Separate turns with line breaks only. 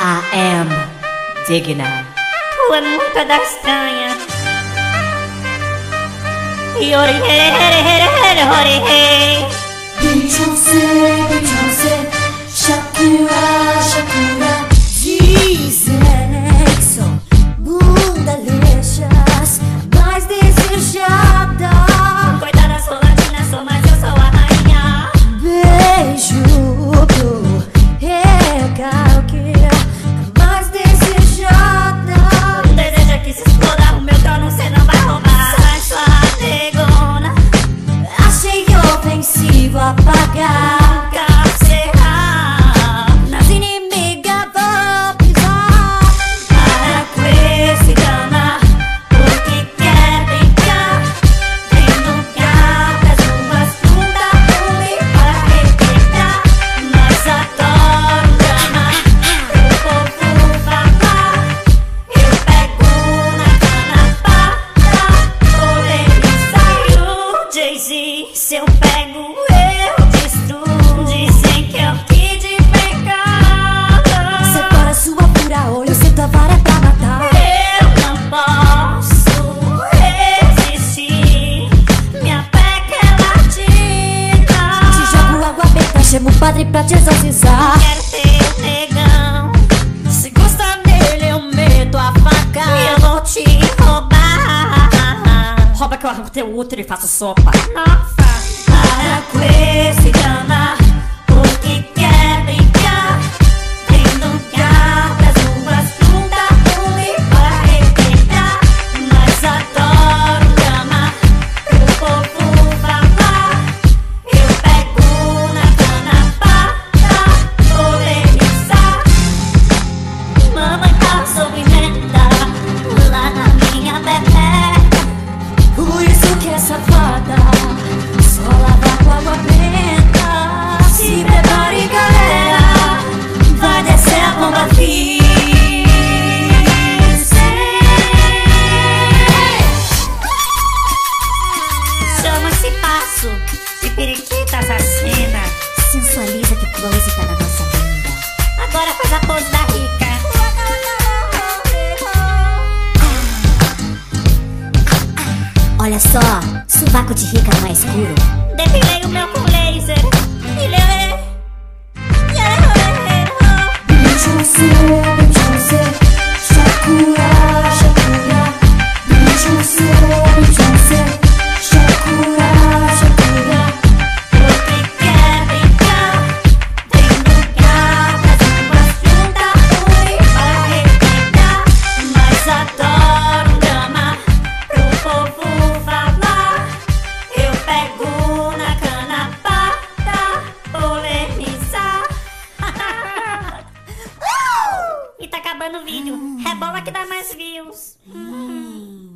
I am digna.
Tu é muito da estanha. E ore, here, here, here, here, ore, here.
Beyoncé, Beyoncé, Shakira, Shakira, Gisexo, bunda lixas, mais desejada.
Coitada, sou latina, sou, mas eu sou a rainha.
Beijo pro recalque, mais desejada.
Deseja é que se exploda o meu trono, cê não vai roubar. Sai sua negona,
Achei ofensivo apagar.
carcerrar.
Nas inimigas vou pisar.
Para com esse drama, porque quer brincar. Vem no gato, as umas bunda, ruim pra arrebentar. Mas adoro o drama, o povo falar. Eu pego na cana para polemizar. O Jay-Z, se eu pego, eu destruo. Dizem que eu que de pecado.
Separa sua pura olho, eu sinto a vara pra matar.
Eu não posso resistir Minha pé que é
Te
latida
jogo água benta, chamo o padre pra te exorcizar.
Quero ter negão
Se gosta nele, eu meto a
E
faca.
eu vou te roubar
Rouba que eu arranco teu útero e faço sopa.
Nossa, para com esse drama Porque quer brincar Vem no carro pras ruas Bunda ruim pra arrebentar Mas adoro drama Pro povo falar Eu pego na cana Pra polemizar Mamãe tá sob emenda Lá na minha bebeca
Por isso que é safada. Só lava com água benta. Se prepare, galera. Vai descer a bomba física.
Chama-se passo de periquita assassina.
Sensualiza que close tá na nossa bunda.
Agora faz a pose da rica.
Olha só, sovaco de rica não é escuro.
Depilei o meu com laser. E levei.
Beyoncé, Beyoncé, Shakira, Shakira. Beyoncé, Beyoncé, Shakira, Shakira.
Porque quer brincar. Vem brincar nas ruas junta ruim para arrebentar. Mas adoro um drama pro povo falar. Eu pego na cana para polemizar. Uh! E tá acabando o vídeo. Rebola que dá mais views. Hum.